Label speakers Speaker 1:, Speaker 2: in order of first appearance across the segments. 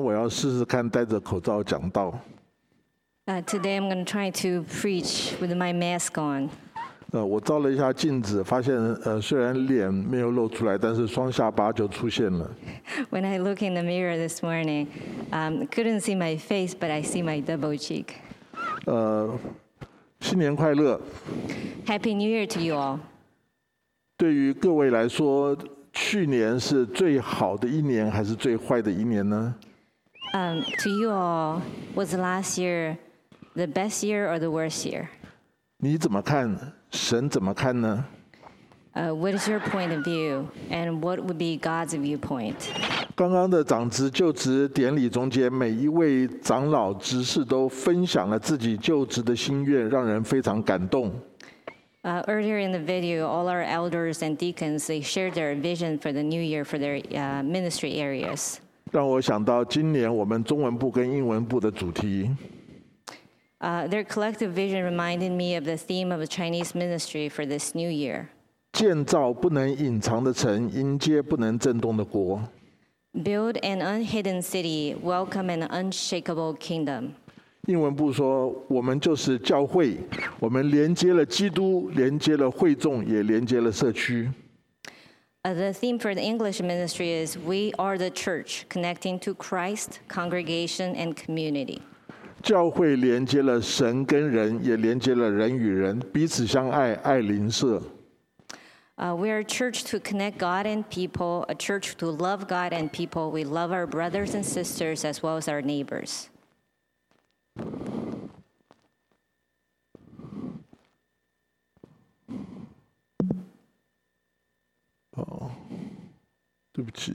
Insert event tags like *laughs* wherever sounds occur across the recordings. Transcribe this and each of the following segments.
Speaker 1: 我要试试看戴着口罩讲道。
Speaker 2: Uh, today I'm going to try to preach with my mask on. *laughs*
Speaker 1: 呃，我照了一下镜子，发现呃虽然脸没有露出来，但是双下巴就出现了。
Speaker 2: When I look in the mirror this morning, um, couldn't see my face, but I see my double cheek.
Speaker 1: 呃，新年快乐！
Speaker 2: Happy New Year to you all.
Speaker 1: 对于各位来说，去年是最好的一年还是最坏的一年呢？
Speaker 2: Um, to you all, was last year the best year or the worst year?
Speaker 1: 你怎么看？神怎么看呢？
Speaker 2: Uh, what is your point of view, and what would be God's viewpoint?
Speaker 1: 刚刚的长职就职典礼中间，每一位长老执事都分享了自己就职的心愿，让人非常感动。
Speaker 2: Uh, earlier in the video, all our elders and deacons they shared their vision for the new year for their uh, ministry areas.
Speaker 1: 让我想到今年我们中文部跟英文部的主题。
Speaker 2: Uh, their collective vision reminded me of the theme of the Chinese ministry for this new year:
Speaker 1: 建造不能隐藏的城，迎接不能震动的国。
Speaker 2: build an unhidden city, welcome an unshakable kingdom.
Speaker 1: 英文部说：“我们就是教会，我们连接了基督，连接了会众，也连接了社区。
Speaker 2: Uh, the theme for the English ministry is "We are the church, connecting to Christ, congregation, and community."
Speaker 1: 教会连接了神跟人，也连接了人与人，彼此相爱，爱邻舍。
Speaker 2: Uh, we are a church to connect God and people, a church to love God and people. We love our brothers and sisters as well as our neighbors.
Speaker 1: 对不起。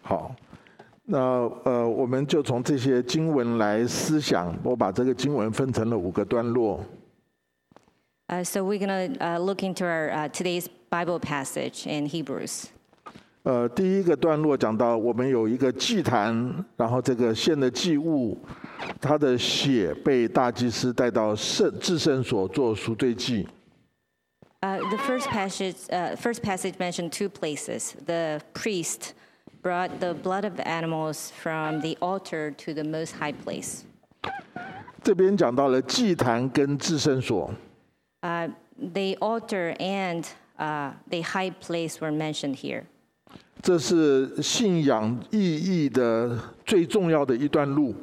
Speaker 1: 好，那呃，我们就从这些经文来思想。我把这个经文分成了五个段落。
Speaker 2: Uh, so we're going to uh, look into our uh, today's Bible passage in Hebrews.
Speaker 1: 呃，第一个段落讲到我们有一个祭坛，然后这个献的祭物，它的血被大祭司带到圣至圣所做赎罪祭。
Speaker 2: Uh, the first passage, uh, first passage mentioned two places. The priest brought the blood of animals from the altar to the most high place.
Speaker 1: 这边讲到了祭坛跟至圣所，
Speaker 2: Uh, the altar and uh, the high place were mentioned here.
Speaker 1: 这是信仰意义的最重要的一段路。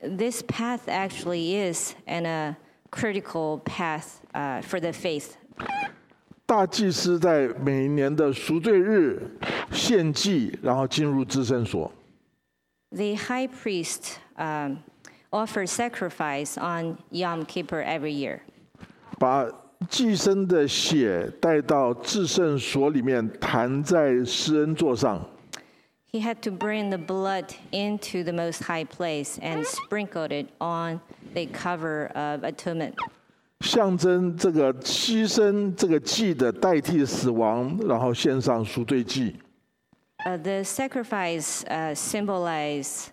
Speaker 2: this path actually is an, a critical path uh, for the faith.
Speaker 1: 大祭司在每年的赎罪日献祭，然后进入至圣所。
Speaker 2: The high priest um, offers sacrifice on Yom Kippur every year.
Speaker 1: 把寄生的血带到至圣所里面，弹在施恩座上。
Speaker 2: He had to bring the blood into the most high place and sprinkled it on the cover of atonement.
Speaker 1: 象征这个牺牲这个祭的代替死亡，然后献上赎罪祭。
Speaker 2: Uh, the sacrifice uh, symbolized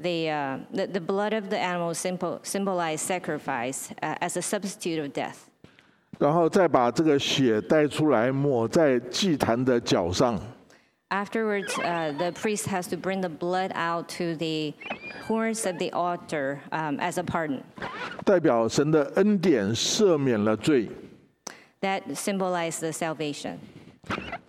Speaker 2: the, uh, the, the blood of the animal symbol, symbolized sacrifice uh, as a substitute of death.
Speaker 1: 然后再把这个血带出来，抹在祭坛的脚上。
Speaker 2: Afterwards, uh, the priest has to bring the blood out to the horns of the altar um, as a pardon.
Speaker 1: 代表神的恩典赦免了罪。
Speaker 2: That symbolizes the salvation.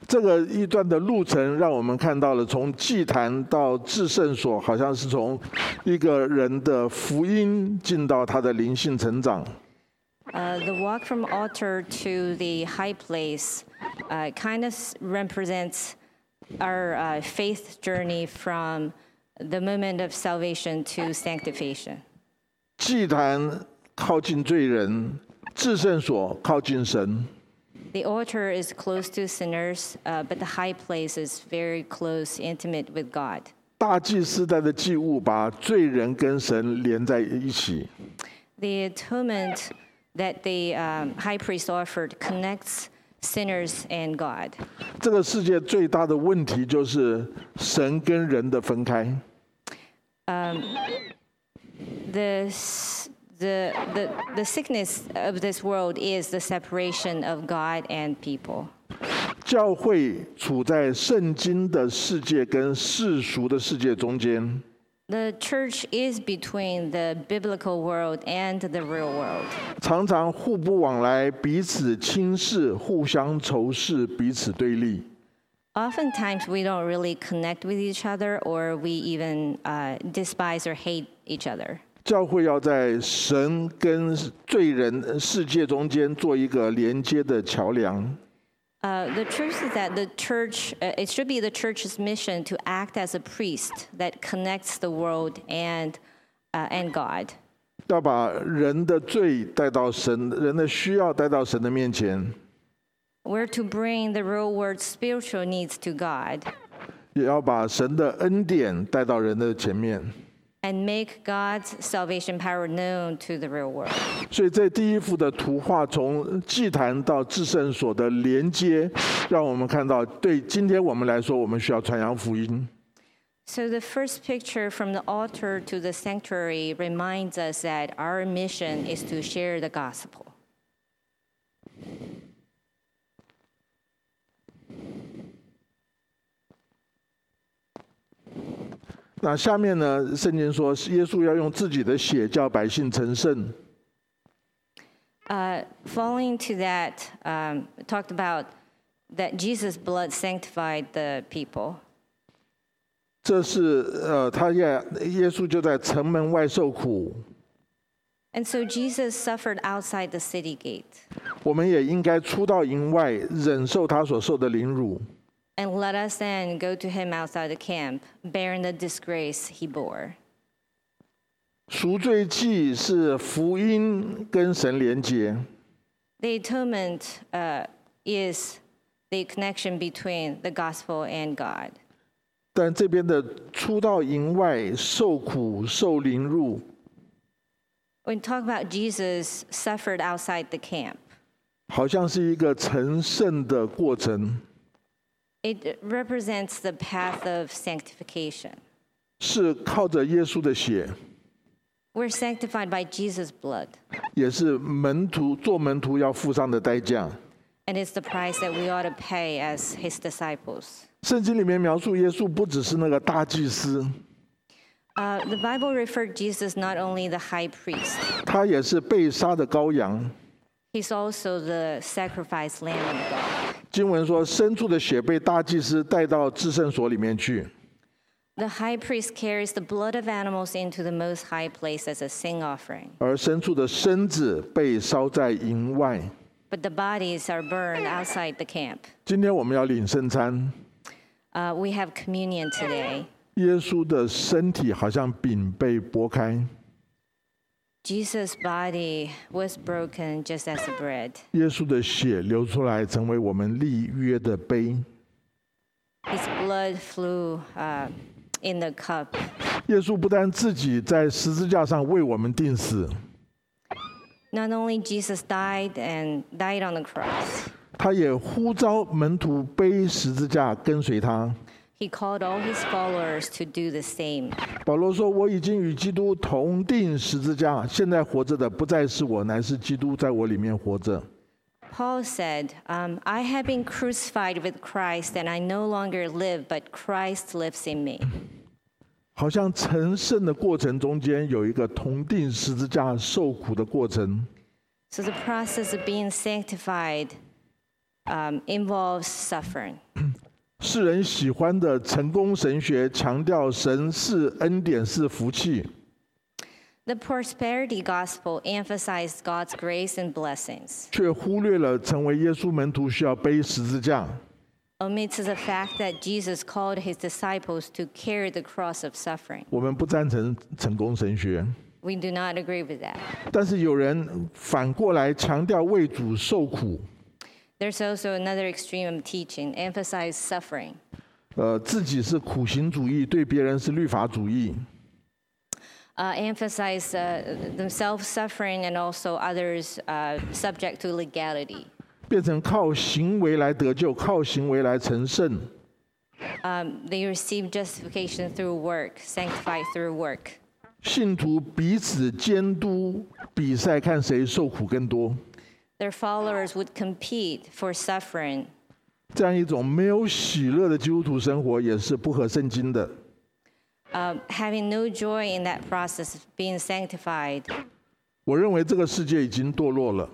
Speaker 1: 这个一段的路程，让我们看到了从祭坛到至圣所，好像是从一个人的福音进到他的灵性成长。
Speaker 2: Uh, the walk from altar to the high place uh, kind of s- represents our uh, faith journey from the moment of salvation to sanctification.
Speaker 1: 祭坛靠近罪人，至圣所靠近神。
Speaker 2: The altar is close to sinners, uh, but the high place is very close, intimate with God.
Speaker 1: 大祭司带的祭物把罪人跟神连在一起。
Speaker 2: The atonement that the um, high priest offered connects sinners and God.
Speaker 1: 这个世界最大的问题就是神跟人的分开。
Speaker 2: The, s- the, the, the sickness of this world is the separation of God and people.
Speaker 1: 教会处在圣经的世界跟世俗的世界中间。
Speaker 2: The church is between the biblical world and the real world.
Speaker 1: 常常互不往来，彼此轻视，互相仇视，彼此对立。
Speaker 2: Oftentimes, we don't really connect with each other, or we even uh, despise or hate each other.
Speaker 1: 教会要在神跟罪人世界中间做一个连接的桥梁。
Speaker 2: Uh, the truth is that the church, uh, it should be the church's mission to act as a priest that connects the world and, uh, and God,
Speaker 1: 要把人的罪带到神，人的需要带到神的面前，
Speaker 2: We're to bring the real world spiritual needs to God
Speaker 1: 也要把神的恩典带到人的前面。
Speaker 2: and make God's salvation power known to the real world.
Speaker 1: 所以在第一幅的图画，从祭坛到至圣所的连接，让我们看到，对今天我们来说，我们需要传扬福音。
Speaker 2: So, the first picture from the altar to the sanctuary reminds us that our mission is to share the gospel.
Speaker 1: 那下面呢，圣经说，耶稣要用自己的血叫百姓成圣。
Speaker 2: Uh, following to that, um, talked about that Jesus' blood sanctified the people.
Speaker 1: 这是呃，他也耶稣就在城门外受苦，
Speaker 2: And so Jesus suffered outside the city gate.
Speaker 1: 我们也应该出到营外，忍受他所受的凌辱。
Speaker 2: And let us then go to him outside the camp, bearing the disgrace he bore.
Speaker 1: 赎罪记是福音跟神连结，
Speaker 2: The atonement uh, is the connection between the gospel and God.
Speaker 1: 但这边的出到营外受苦受凌辱，
Speaker 2: When we talk about Jesus suffered outside the camp,
Speaker 1: 好像是一个成圣的过程，
Speaker 2: it represents the path of sanctification.
Speaker 1: 是靠着耶稣的血，
Speaker 2: We're sanctified by Jesus' blood,
Speaker 1: 也是门徒做门徒要付上的代价。
Speaker 2: and it's the price that we ought to pay as his disciples.
Speaker 1: 圣经里面描述耶稣不只是那个大祭司，
Speaker 2: Uh, the Bible referred Jesus not only the high priest,
Speaker 1: 他也是被杀的羔羊。
Speaker 2: he's also the sacrifice lamb of God.
Speaker 1: 经文说，牲畜的血被大祭司带到至圣所里面去。
Speaker 2: The high priest carries the blood of animals into the most high place as a sin offering,
Speaker 1: 而牲畜的身子被烧在营外。
Speaker 2: but the bodies are burned outside the camp.
Speaker 1: 今天我们要领圣餐，
Speaker 2: Uh, we have communion today.
Speaker 1: 耶稣的身体好像饼被剥开，
Speaker 2: Jesus' body was broken just as the bread.
Speaker 1: 耶稣的血流出来，成为我们立约的杯。
Speaker 2: His blood flew uh, in the cup.
Speaker 1: 耶稣不但自己在十字架上为我们定死，
Speaker 2: Not only Jesus died and died on the cross,
Speaker 1: 他也呼召门徒背十字架跟随他。
Speaker 2: he called all his followers to do the same.
Speaker 1: 保罗说：“我已经与基督同定十字架，现在活着的不再是我，乃是基督在我里面活着。
Speaker 2: Paul said, um, I have been crucified with Christ, and I no longer live, but Christ lives in me. ”
Speaker 1: 好像成圣的过程中间有一个同定十字架受苦的过程，
Speaker 2: So the process of being sanctified um, involves suffering.
Speaker 1: 世人喜欢的成功神学强调神是恩典是福气，
Speaker 2: The prosperity gospel emphasized God's grace and blessings,
Speaker 1: 却忽略了成为耶稣门徒需要背十字架。
Speaker 2: omits the fact that Jesus called his disciples to carry the cross of suffering.
Speaker 1: 我们不赞成成功神学，
Speaker 2: We do not agree with that.
Speaker 1: 但是有人反过来强调为主受苦，
Speaker 2: There's also another extreme of teaching, emphasize suffering.
Speaker 1: 呃，自己是苦行主义，对别人是律法主义。
Speaker 2: uh, emphasize uh, themselves suffering and also others uh, subject to legality.
Speaker 1: 变成靠行为来得救，靠行为来成圣。
Speaker 2: Um, they receive justification through work, sanctified through work.
Speaker 1: 信徒彼此监督比赛，看谁受苦更多。
Speaker 2: Their followers would compete for suffering
Speaker 1: 这样一种没有喜乐的基督徒生活也是不合圣经的。
Speaker 2: Um, having no joy in that process of being sanctified.
Speaker 1: 我认为这个世界已经堕落了，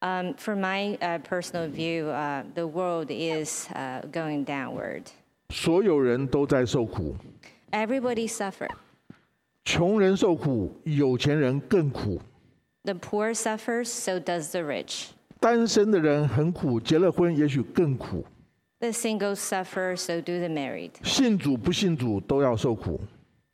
Speaker 2: Um, from my uh, personal view, uh, the world is uh, going downward.
Speaker 1: 所有人都在受苦，
Speaker 2: Everybody suffer.
Speaker 1: 穷人受苦，有钱人更苦，
Speaker 2: The poor suffers, so does the rich.
Speaker 1: 单身的人很苦，结了婚也许更苦，
Speaker 2: The single suffer, so do the married.
Speaker 1: 信主不信主都要受苦。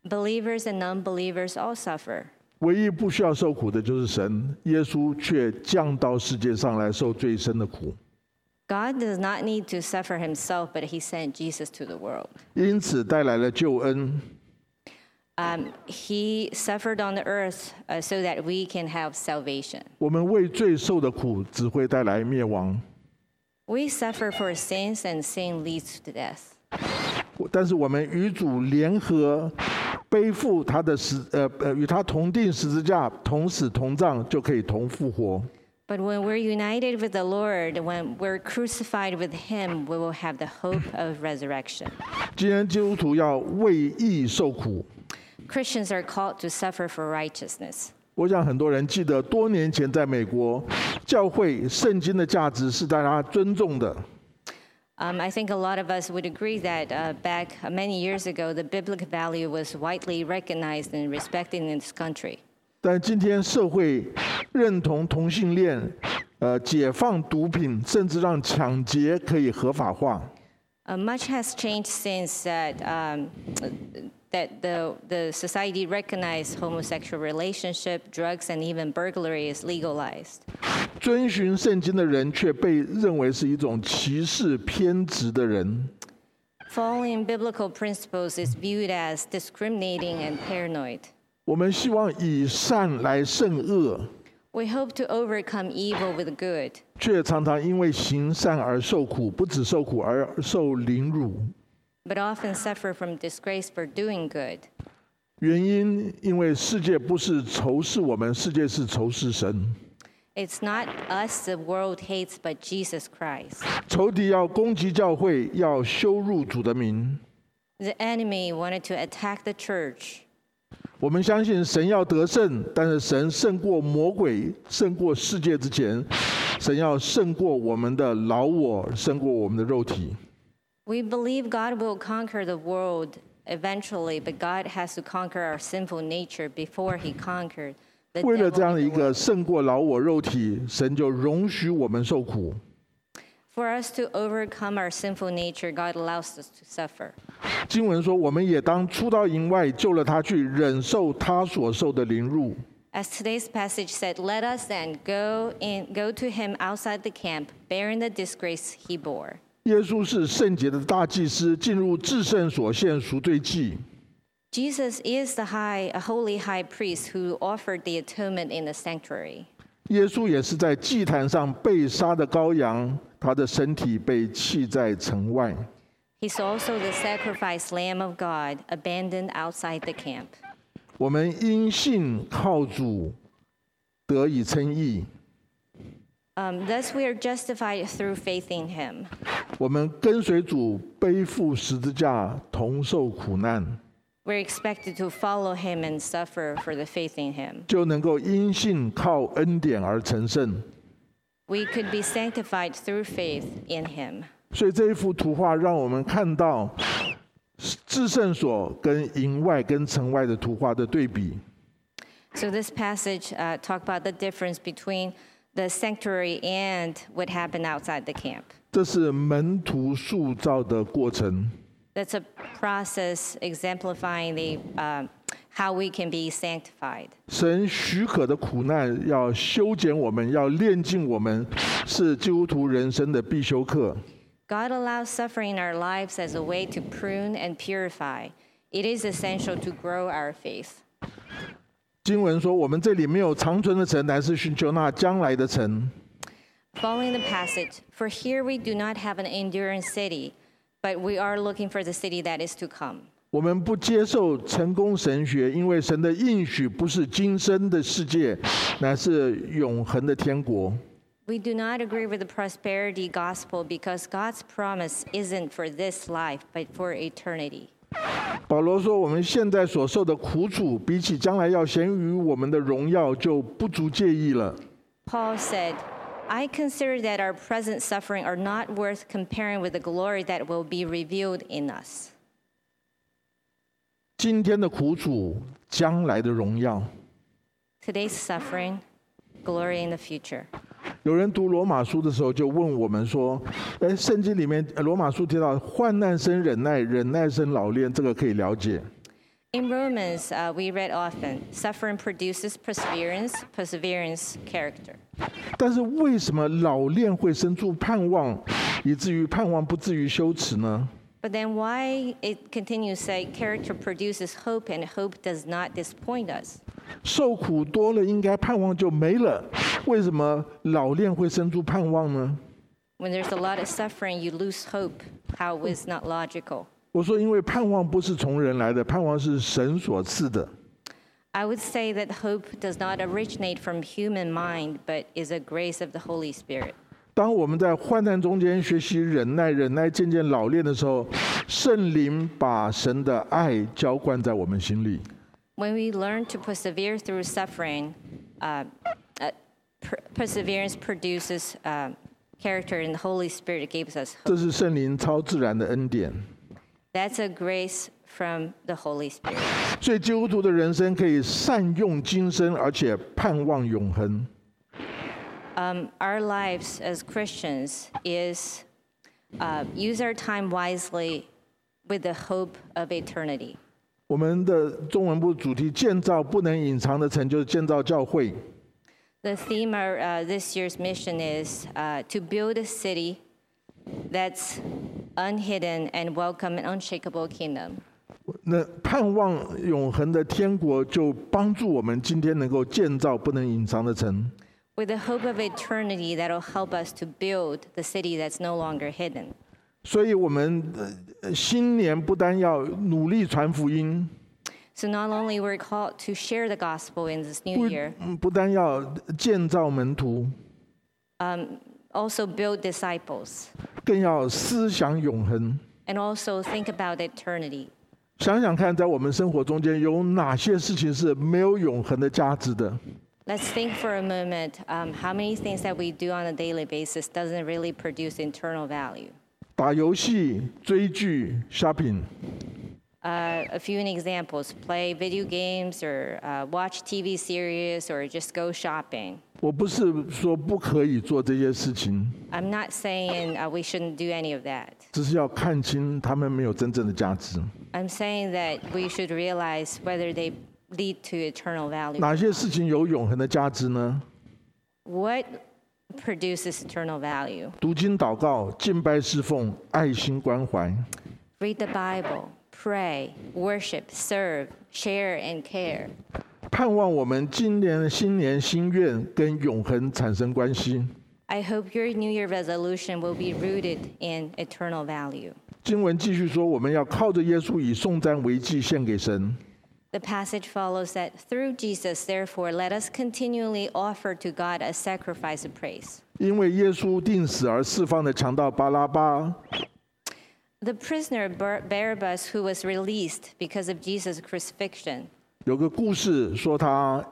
Speaker 2: Believers and non believers all suffer.
Speaker 1: 唯一不需要受苦的就是神，耶稣却降到世界上来受最深的苦。
Speaker 2: God does not need to suffer himself, but he sent Jesus to the world.
Speaker 1: 因此带来了救恩，
Speaker 2: Um, he suffered on the earth uh, so that we can have salvation.
Speaker 1: 我们为罪受的苦只会带来灭亡，
Speaker 2: We suffer for sins, and sin leads to death.
Speaker 1: 但是我们与主联合，背负他的十呃呃与他同定十字架，同死同葬，就可以同复活。
Speaker 2: But when we're united with the Lord, when we're crucified with Him, we will have the hope of resurrection.
Speaker 1: 今天基督徒要为义受苦。
Speaker 2: Christians are called to suffer for righteousness.
Speaker 1: 我想很多人记得多年前在美国，教会圣经的价值是大家尊重的，
Speaker 2: Um, I think a lot of us would agree that uh, back many years ago, the biblical value was widely recognized and respected in this country.
Speaker 1: 但今天社会认同同性恋，呃，解放毒品，甚至让抢劫可以合法化。
Speaker 2: Uh, much has changed since that, um, that the, the society recognized homosexual relationship, drugs, and even burglary is legalized.
Speaker 1: 遵循圣经的人却被认为是一种歧视偏执的人。
Speaker 2: Following biblical principles is viewed as discriminating and paranoid.
Speaker 1: 我们希望以善来胜恶，
Speaker 2: We hope to overcome evil with good,
Speaker 1: 却常常因为行善而受苦，不止受苦而受凌辱。
Speaker 2: but often suffer from disgrace for doing good.
Speaker 1: 原因因为世界不是仇视我们，世界是仇视神。
Speaker 2: It's not us the world hates, but Jesus Christ.
Speaker 1: 仇敌要攻击教会，要羞辱主的名。
Speaker 2: The enemy wanted to attack the church.
Speaker 1: 我们相信神要得胜，但是神胜过魔鬼，胜过世界之前，神要胜过我们的老我，胜过我们的肉体。
Speaker 2: We believe God will conquer the world eventually, but God has to conquer our sinful nature before he conquered the
Speaker 1: 为了这
Speaker 2: devil
Speaker 1: 样
Speaker 2: and
Speaker 1: 的
Speaker 2: the
Speaker 1: 一个胜过老我肉体，神就容许我们受苦。
Speaker 2: For us to overcome our sinful nature, God allows us to suffer.
Speaker 1: 经文说：“我们也当出到营外，救了他去，忍受他所受的凌辱。
Speaker 2: As today's passage said, let us then go in, go to him outside the camp, bearing the disgrace he bore. ”
Speaker 1: 耶稣是圣洁的大祭司，进入至圣所献赎罪祭。
Speaker 2: Jesus is the high, a holy high priest who offered the atonement in the sanctuary.
Speaker 1: 耶稣也是在祭坛上被杀的羔羊，他的身体被弃在城外。
Speaker 2: He's also the sacrificed Lamb of God, abandoned outside the camp.
Speaker 1: 我们因信靠主得以称义，
Speaker 2: Um, thus, we are justified through faith in him.
Speaker 1: 我们跟随主背负十字架，同受苦难，
Speaker 2: We're expected to follow him and suffer for the faith in him.
Speaker 1: 就能够因信靠恩典而成圣。
Speaker 2: We could be sanctified through faith in him.
Speaker 1: 所以这一幅图画让我们看到至圣所跟营外跟城外的图画的对比。
Speaker 2: So this passage uh, talk about the difference between the sanctuary and what happened outside the camp.
Speaker 1: 这是门徒塑造的过程。
Speaker 2: That's a process exemplifying the um, how we can be sanctified.
Speaker 1: 神许可的苦难要修剪我们，要炼净我们，是基督徒人生的必修课。
Speaker 2: God allows suffering in our lives as a way to prune and purify. It is essential to grow our faith.
Speaker 1: 经文说：“我们这里没有长存的城，乃是寻求那将来的城。
Speaker 2: Following the passage, for here we do not have an enduring city, but we are looking for the city that is to come. ”
Speaker 1: 我们不接受成功神学，因为神的应许不是今生的世界，乃是永恒的天国。
Speaker 2: We do not agree with the prosperity gospel because God's promise isn't for this life, but for eternity.
Speaker 1: 保罗说：“我们现在所受的苦楚，比起将来要显于我们的荣耀，就不足介意了。
Speaker 2: Paul said, I consider that our present suffering are not worth comparing with the glory that will be revealed in us.
Speaker 1: 今天的苦楚，将来的荣耀。
Speaker 2: Today's suffering, glory in the future. ”
Speaker 1: 有人读罗马书的时候，就问我们说：“哎，圣经里面呃罗马书提到患难生忍耐，忍耐生老练，这个可以了解。
Speaker 2: In Romans, uh, we read often suffering produces perseverance, perseverance, character.
Speaker 1: 但是为什么老练会生出盼望，以至于盼望不至于羞耻呢？
Speaker 2: But then why it continues to say character produces hope and hope does not disappoint us?
Speaker 1: 受苦多了，应该盼望就没了。为什么老练会生出盼望呢？
Speaker 2: When there's a lot of suffering, you lose hope. How is not logical?
Speaker 1: 我说，因为盼望不是从人来的，盼望是神所赐的。
Speaker 2: I would say that hope does not originate from human mind, but is a grace of the Holy Spirit.
Speaker 1: 当我们在患难中间学习忍耐，忍耐渐渐老练的时候，圣灵把神的爱浇灌在我们心里。
Speaker 2: When we learn to persevere through suffering, uh, uh, per- perseverance produces um character, and the Holy Spirit gives us hope.
Speaker 1: 这是圣灵超自然的恩典。
Speaker 2: That's a grace from the Holy Spirit.
Speaker 1: 所以基督徒的人生可以善用今生，而且盼望永恒。
Speaker 2: Our lives as Christians is uh, use our time wisely with the hope of eternity.
Speaker 1: 我们的中文部主题建造不能隐藏的城，就是建造教会。
Speaker 2: The theme of uh, this year's mission is uh, to build a city that's unhidden and welcome an unshakable kingdom.
Speaker 1: 那盼望永恒的天国，就帮助我们今天能够建造不能隐藏的城。
Speaker 2: With the hope of eternity that'll help us to build the city that's no longer hidden.
Speaker 1: 所以，我们呃新年不单要努力传福音，
Speaker 2: So not only we're called to share the gospel in this new
Speaker 1: 不
Speaker 2: year,
Speaker 1: 嗯不单要建造门徒，
Speaker 2: also build disciples
Speaker 1: 更要思想永恒。
Speaker 2: and also think about eternity.
Speaker 1: 想想看，在我们生活中间有哪些事情是没有永恒的价值的？
Speaker 2: Let's think for a moment um, how many things that we do on a daily basis doesn't really produce internal value.
Speaker 1: 打游戏、追剧、shopping。
Speaker 2: Uh, a few examples play video games or uh, watch TV series or just go shopping.
Speaker 1: 我不是说不可以做这些事情，
Speaker 2: I'm not saying uh, we shouldn't do any of that.
Speaker 1: 只是要看清他们没有真正的价值。
Speaker 2: I'm saying that we should realize whether they lead to eternal value.
Speaker 1: 哪些事情有永恒的价值呢？
Speaker 2: What produces eternal value?
Speaker 1: 读经、祷告、敬拜、侍奉、爱心、关怀。
Speaker 2: Read the Bible, pray, worship, serve, share, and care.
Speaker 1: 盼望我们今年的新年心愿跟永恒产生关系。
Speaker 2: I hope your New Year resolution will be rooted in eternal value.
Speaker 1: 经文继续说，我们要靠着耶稣以颂赞为祭献给神。
Speaker 2: The passage follows that through Jesus, therefore, let us continually offer to God a sacrifice of praise.
Speaker 1: 因为耶稣定死而释放的强盗巴拉巴，
Speaker 2: The prisoner Bar- Barabbas, who was released because of Jesus' crucifixion,
Speaker 1: 有个故事说他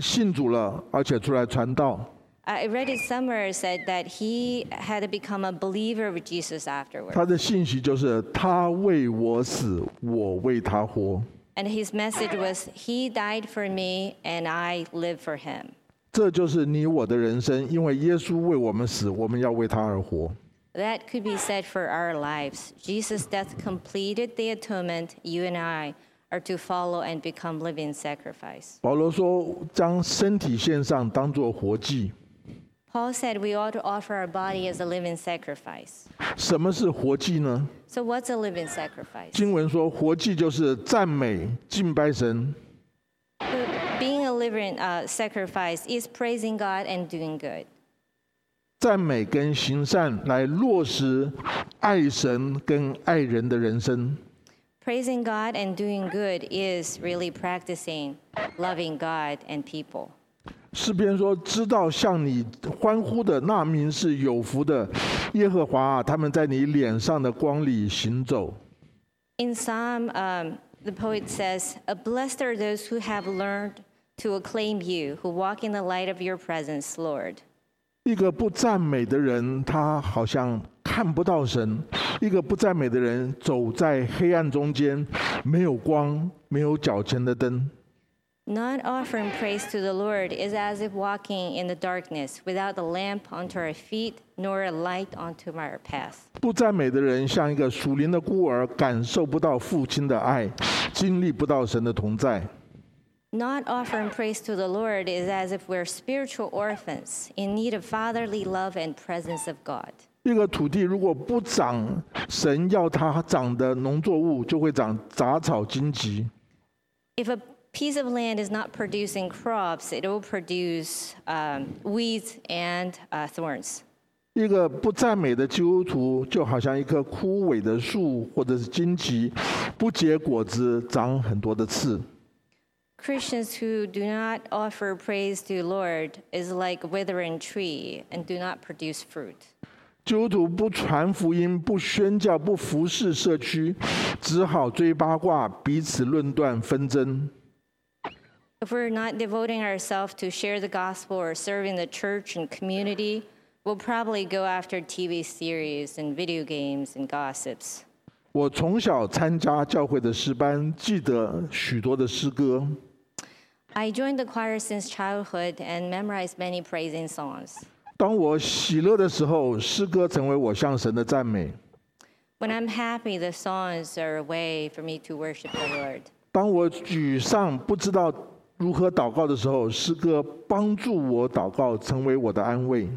Speaker 1: 信主了，而且出来传道。
Speaker 2: I read it somewhere said that he had to become a believer with Jesus afterward.
Speaker 1: 他的信息就是他为我死，我为他活。
Speaker 2: And his message was, He died for me and I live for him.
Speaker 1: 这就是你我的人生，因为耶稣为我们死，我们要为他而活。
Speaker 2: That could be said for our lives. Jesus' death completed the atonement. You and I are to follow and become living sacrifice.
Speaker 1: 保罗说，将身体献上，当作活祭。
Speaker 2: Paul said we ought to offer our body as a living sacrifice.
Speaker 1: 什么是活祭呢？
Speaker 2: So, what's a living sacrifice?
Speaker 1: 经文说，活祭就是赞美、敬拜神。
Speaker 2: Being a living uh, sacrifice is praising God and doing good.
Speaker 1: 赞美跟行善来落实爱神跟爱人的人生。
Speaker 2: Praising God and doing good is really practicing loving God and people.
Speaker 1: 诗篇说：“知道向你欢呼的那民是有福的，耶和华啊，他们在你脸上的光里行走。
Speaker 2: In Psalm, um, the poet says, "Uh, Blessed are those who have learned to acclaim you, who walk in the light of your presence, Lord.
Speaker 1: 一个不赞美的人，他好像看不到神；一个不赞美的人，走在黑暗中间，没有光，没有脚前的灯。
Speaker 2: Not offering praise to the Lord is as if walking in the darkness without a lamp onto our feet nor a light onto our path.
Speaker 1: 不赞美的人像一个属灵的孤儿，感受不到父亲的爱，经历不到神的同在。
Speaker 2: Not offering praise to the Lord is as if we're spiritual orphans in need of fatherly love and presence of God.
Speaker 1: 一个土地如果不长神要它长的农作物，就会长杂草荆棘。
Speaker 2: If a piece of land is not producing crops, it will produce um, weeds and uh, thorns.
Speaker 1: 一个不赞美的基督徒，就好像一棵枯萎的树或者是荆棘，不结果子，长很多的刺。
Speaker 2: Christians who do not offer praise to the Lord is like a withering tree and do not produce fruit.
Speaker 1: 基督徒不传福音、不宣教、不服侍社区，只好追八卦，彼此论断纷争。
Speaker 2: If we're not devoting ourselves to share the gospel or serving the church and community, we'll probably go after TV series and video games and gossips.
Speaker 1: 我从小参加教会的诗班，记得许多的诗歌。
Speaker 2: I joined the choir since childhood and memorized many praising songs.
Speaker 1: 当我喜乐的时候，诗歌成为我向神的赞美；
Speaker 2: When I'm happy, the songs are a way for me to worship the Lord.
Speaker 1: 当我沮丧、不知道如何祷告的时候，诗歌帮助我祷告，成为我的安慰。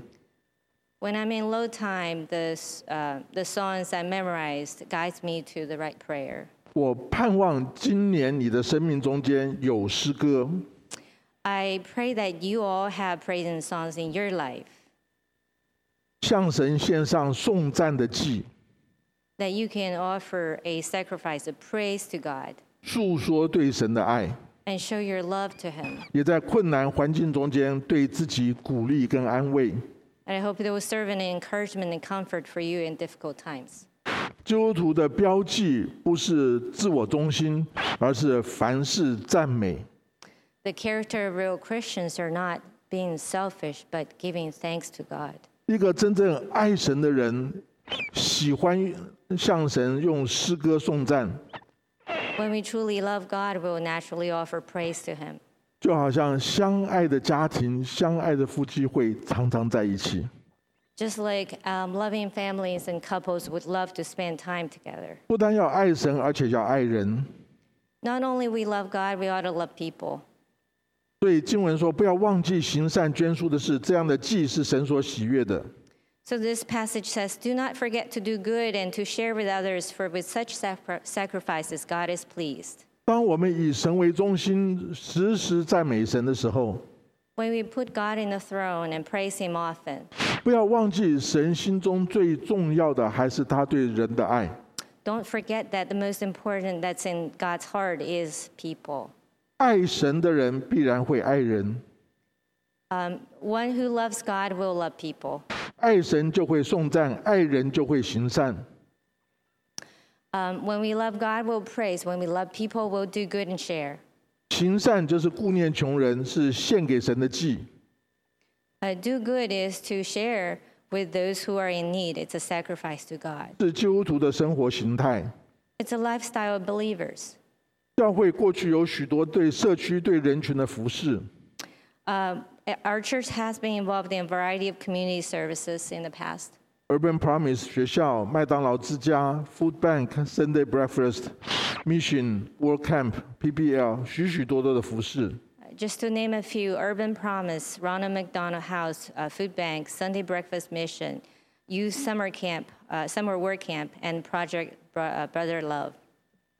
Speaker 2: When I'm in low time, the, s- uh, the songs I memorized guides me to the right prayer.
Speaker 1: 我盼望今年你的生命中间有诗歌，
Speaker 2: I pray that you all have praising songs in your life,
Speaker 1: 向神献上颂赞的祭，
Speaker 2: that you can offer a sacrifice of praise to God
Speaker 1: 诉说对神的爱，
Speaker 2: and show your love to Him.
Speaker 1: 也在困难环境中间对自己鼓励跟安慰。
Speaker 2: And I hope that will serve an encouragement and comfort for you in difficult times.
Speaker 1: 基督徒的标记不是自我中心，而是凡事赞美。
Speaker 2: The character of real Christians are not being selfish, but giving thanks to God.
Speaker 1: 一个真正爱神的人，喜欢向神用诗歌颂赞，
Speaker 2: When we truly love God, we will naturally offer praise to Him.
Speaker 1: 就好像相爱的家庭、相爱的夫妻会常常在一起。
Speaker 2: Just like um, loving families and couples would love to spend time together.
Speaker 1: 不单要爱神，而且要爱人。
Speaker 2: Not only we love God, we ought to love people.
Speaker 1: 所以经文说：“不要忘记行善捐书的事，这样的祭是神所喜悦的。
Speaker 2: So this passage says, "Do not forget to do good and to share with others, for with such sacri- sacrifices God is pleased." ”
Speaker 1: 当我们以神为中心，时时赞美神的时候，
Speaker 2: When we put God in the throne and praise Him often,
Speaker 1: 不要忘记神心中最重要的还是他对人的爱。
Speaker 2: don't forget that the most important that's in God's heart is people.
Speaker 1: 爱神的人必然会爱人，
Speaker 2: One who loves God will love people.
Speaker 1: 爱神就会颂赞，爱人就会行善。
Speaker 2: Um, when we love God, we'll praise. When we love people, we'll do good and share.
Speaker 1: 行善就是顾念穷人，是献给神的祭。
Speaker 2: Uh, do good is to share with those who are in need. It's a sacrifice to God.
Speaker 1: 是基督徒的生活形态。
Speaker 2: It's a lifestyle of believers.
Speaker 1: 教会过去有许多对社区、对人群的服饰，
Speaker 2: Um, our church has been involved in a variety of community services in the past. Uh,
Speaker 1: Urban Promise 学校、麦当劳之家、Food Bank、Sunday Breakfast、Mission、World Camp、PBL，许许多多的服饰。
Speaker 2: Just to name a few Urban Promise, Ronald McDonald House, uh, Food Bank, Sunday Breakfast Mission, Youth Summer Camp, uh, Summer Work Camp, and Project Bro- uh, Brother Love.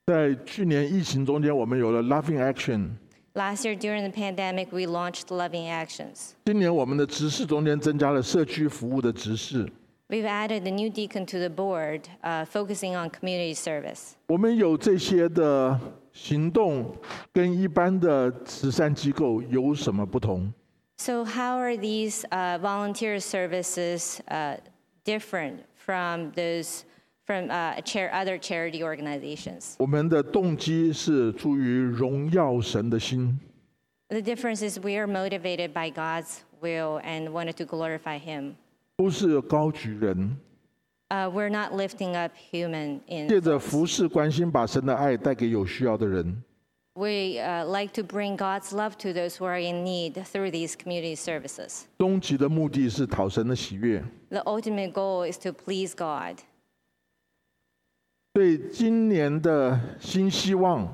Speaker 1: 在去年疫情中间，我们有了 Loving Action。
Speaker 2: Last year during the pandemic, we launched Loving Actions.
Speaker 1: 今年我们的执事中间增加了社区服务的执事。
Speaker 2: We've added a new deacon to the board, uh, focusing on community service.
Speaker 1: 我们有这些的行动，跟一般的慈善机构有什么不同？
Speaker 2: So, how are these uh, volunteer services uh, different from those from uh, chair, other charity organizations?
Speaker 1: 我们的动机是出于荣耀神的心，
Speaker 2: The difference is we are motivated by God's will and wanted to glorify Him.
Speaker 1: 不是高举人，
Speaker 2: Uh, we're not lifting up human
Speaker 1: 借
Speaker 2: in.
Speaker 1: 着服侍关心，把神的爱带给有需要的人。
Speaker 2: We uh, like to bring God's love to those who are in need through these community services.
Speaker 1: 终极的目的是讨神的喜悦。
Speaker 2: The ultimate goal is to please God.
Speaker 1: 所以今年的新希望，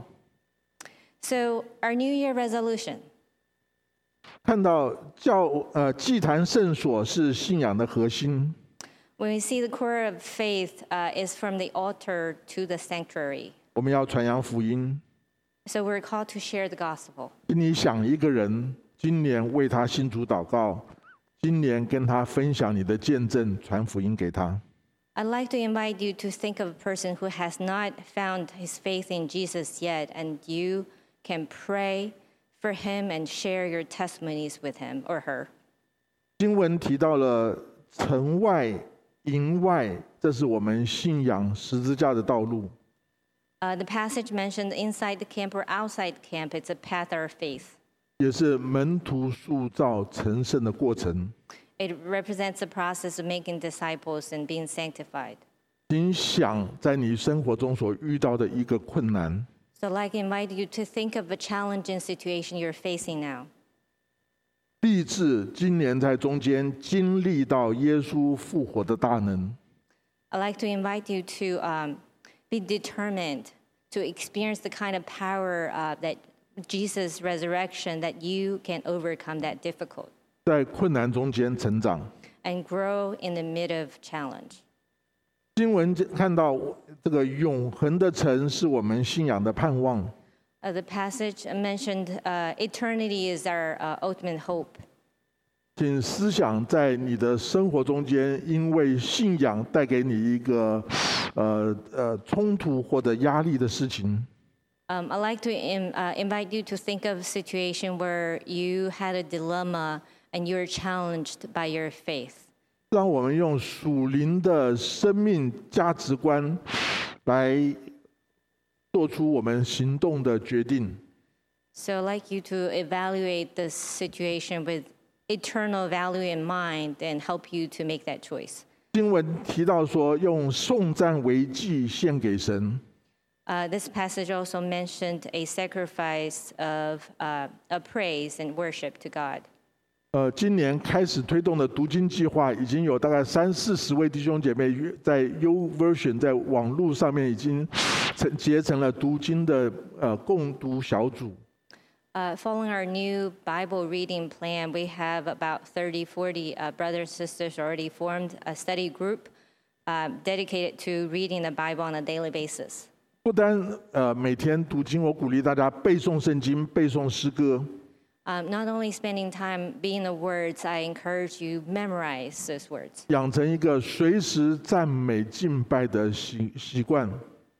Speaker 2: So, our New Year resolution
Speaker 1: 看到教呃祭坛圣所是信仰的核心，
Speaker 2: When we see the core of faith uh, is from the altar to the sanctuary.
Speaker 1: 我们要传扬福音。
Speaker 2: So we're called to share the gospel.
Speaker 1: 心里想一个人，今年为他信主祷告，今年跟他分享你的见证，传福音给他。
Speaker 2: I'd like to invite you to think of a person who has not found his faith in Jesus yet, and you can pray for him and share your testimonies with him or her.
Speaker 1: 经文提到了城外、营外，这是我们信仰十字架的道路。
Speaker 2: Uh, the passage mentioned inside the camp or outside camp, it's a path of faith.
Speaker 1: 也是门徒塑造成圣的过程。
Speaker 2: It represents the process of making disciples and being sanctified.
Speaker 1: 请想在你生活中所遇到的一个困难，
Speaker 2: So I'd like to invite you to think of a challenging situation you're facing now.
Speaker 1: 立志今年在中间经历到耶稣复活的大能，
Speaker 2: I'd like to invite you to um, be determined to experience the kind of power uh, that Jesus' resurrection that you can overcome that difficult
Speaker 1: 在困难中间成长。
Speaker 2: and grow in the midst of challenge.
Speaker 1: 经文看到这个永恒的城是我们信仰的盼望，
Speaker 2: Uh, the passage mentioned uh, eternity is our uh, ultimate hope.
Speaker 1: 请思想在你的生活中间，因为信仰带给你一个呃呃冲突或者压力的事情。
Speaker 2: Um, I'd like to im- uh, invite you to think of a situation where you had a dilemma and you're challenged by your faith.
Speaker 1: 让我们用属灵的生命价值观来做出我们行动的决定。
Speaker 2: So I'd like you to evaluate the situation with eternal value in mind and help you to make that choice.
Speaker 1: 经文提到说，用颂赞为祭献给神，
Speaker 2: Uh, this passage also mentioned a sacrifice of uh, a praise and worship to God.
Speaker 1: 呃，今年开始推动的读经计划，已经有大概三四十位弟兄姐妹约在 U Version 在网络上面已经成结成了读经的呃共读小组。
Speaker 2: Uh, following our new Bible reading plan, we have about 30, 40 uh, brothers and sisters already formed a study group uh, dedicated to reading the Bible on a daily basis.
Speaker 1: 不单呃每天读经，我鼓励大家背诵圣经、背诵诗歌。
Speaker 2: Um, not only spending time being the words, I encourage you memorize those words.
Speaker 1: 养成一个随时赞美敬拜的习习惯。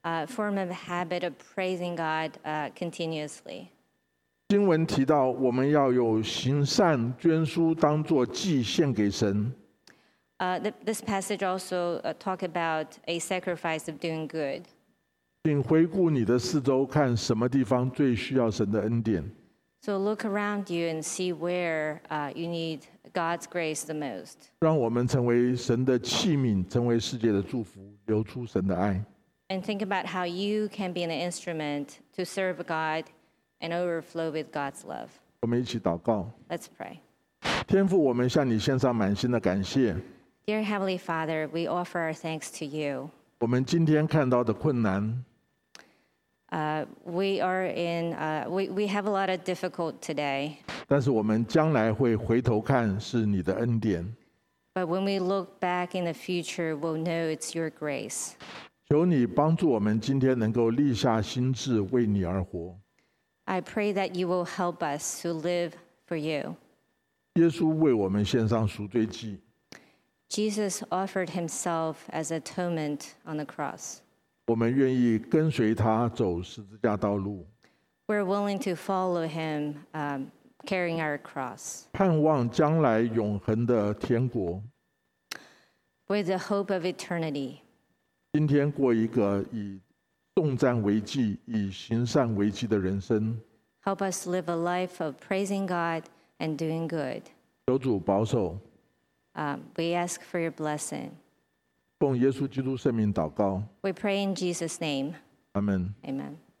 Speaker 2: uh, form of habit of praising God uh, continuously.
Speaker 1: 经文提到，我们要有行善捐书，当作祭献给神。
Speaker 2: Uh, th- this passage also uh, talk about a sacrifice of doing good.
Speaker 1: 并回顾你的四周，看什么地方最需要神的恩典。
Speaker 2: So look around you and see where uh, you need God's grace the most,
Speaker 1: 让我们成为神的器皿，成为世界的祝福，流出神的爱。
Speaker 2: and think about how you can be an instrument to serve God and overflow with God's love.
Speaker 1: 我们一起祷告，
Speaker 2: Let's pray.
Speaker 1: 天父，我们向你献上满心的感谢。
Speaker 2: Dear Heavenly Father, we offer our thanks to you.
Speaker 1: 我们今天看到的困难，
Speaker 2: Uh, we are in. Uh, we we have a lot of difficult today.
Speaker 1: 但是我们将来会回头看，是你的恩典。
Speaker 2: But when we look back in the future, we'll know it's your grace.
Speaker 1: 求你帮助我们今天能够立下心志，为你而活。
Speaker 2: I pray that you will help us to live for you.
Speaker 1: 耶稣为我们献上赎罪祭，
Speaker 2: Jesus offered himself as atonement on the cross.
Speaker 1: 我们愿意跟随他走十字架道路。
Speaker 2: We're willing to follow him um, carrying our cross,
Speaker 1: 盼望将来永恒的天国。
Speaker 2: with the hope of eternity.
Speaker 1: 今天过一个以动战为祭、以行善为祭的人生。
Speaker 2: Help us live a life of praising God and doing good.
Speaker 1: 求主保守，
Speaker 2: Um, we ask for your blessing.
Speaker 1: 奉耶稣基督圣名祷告，
Speaker 2: We pray in Jesus' name.
Speaker 1: 阿门。
Speaker 2: Amen.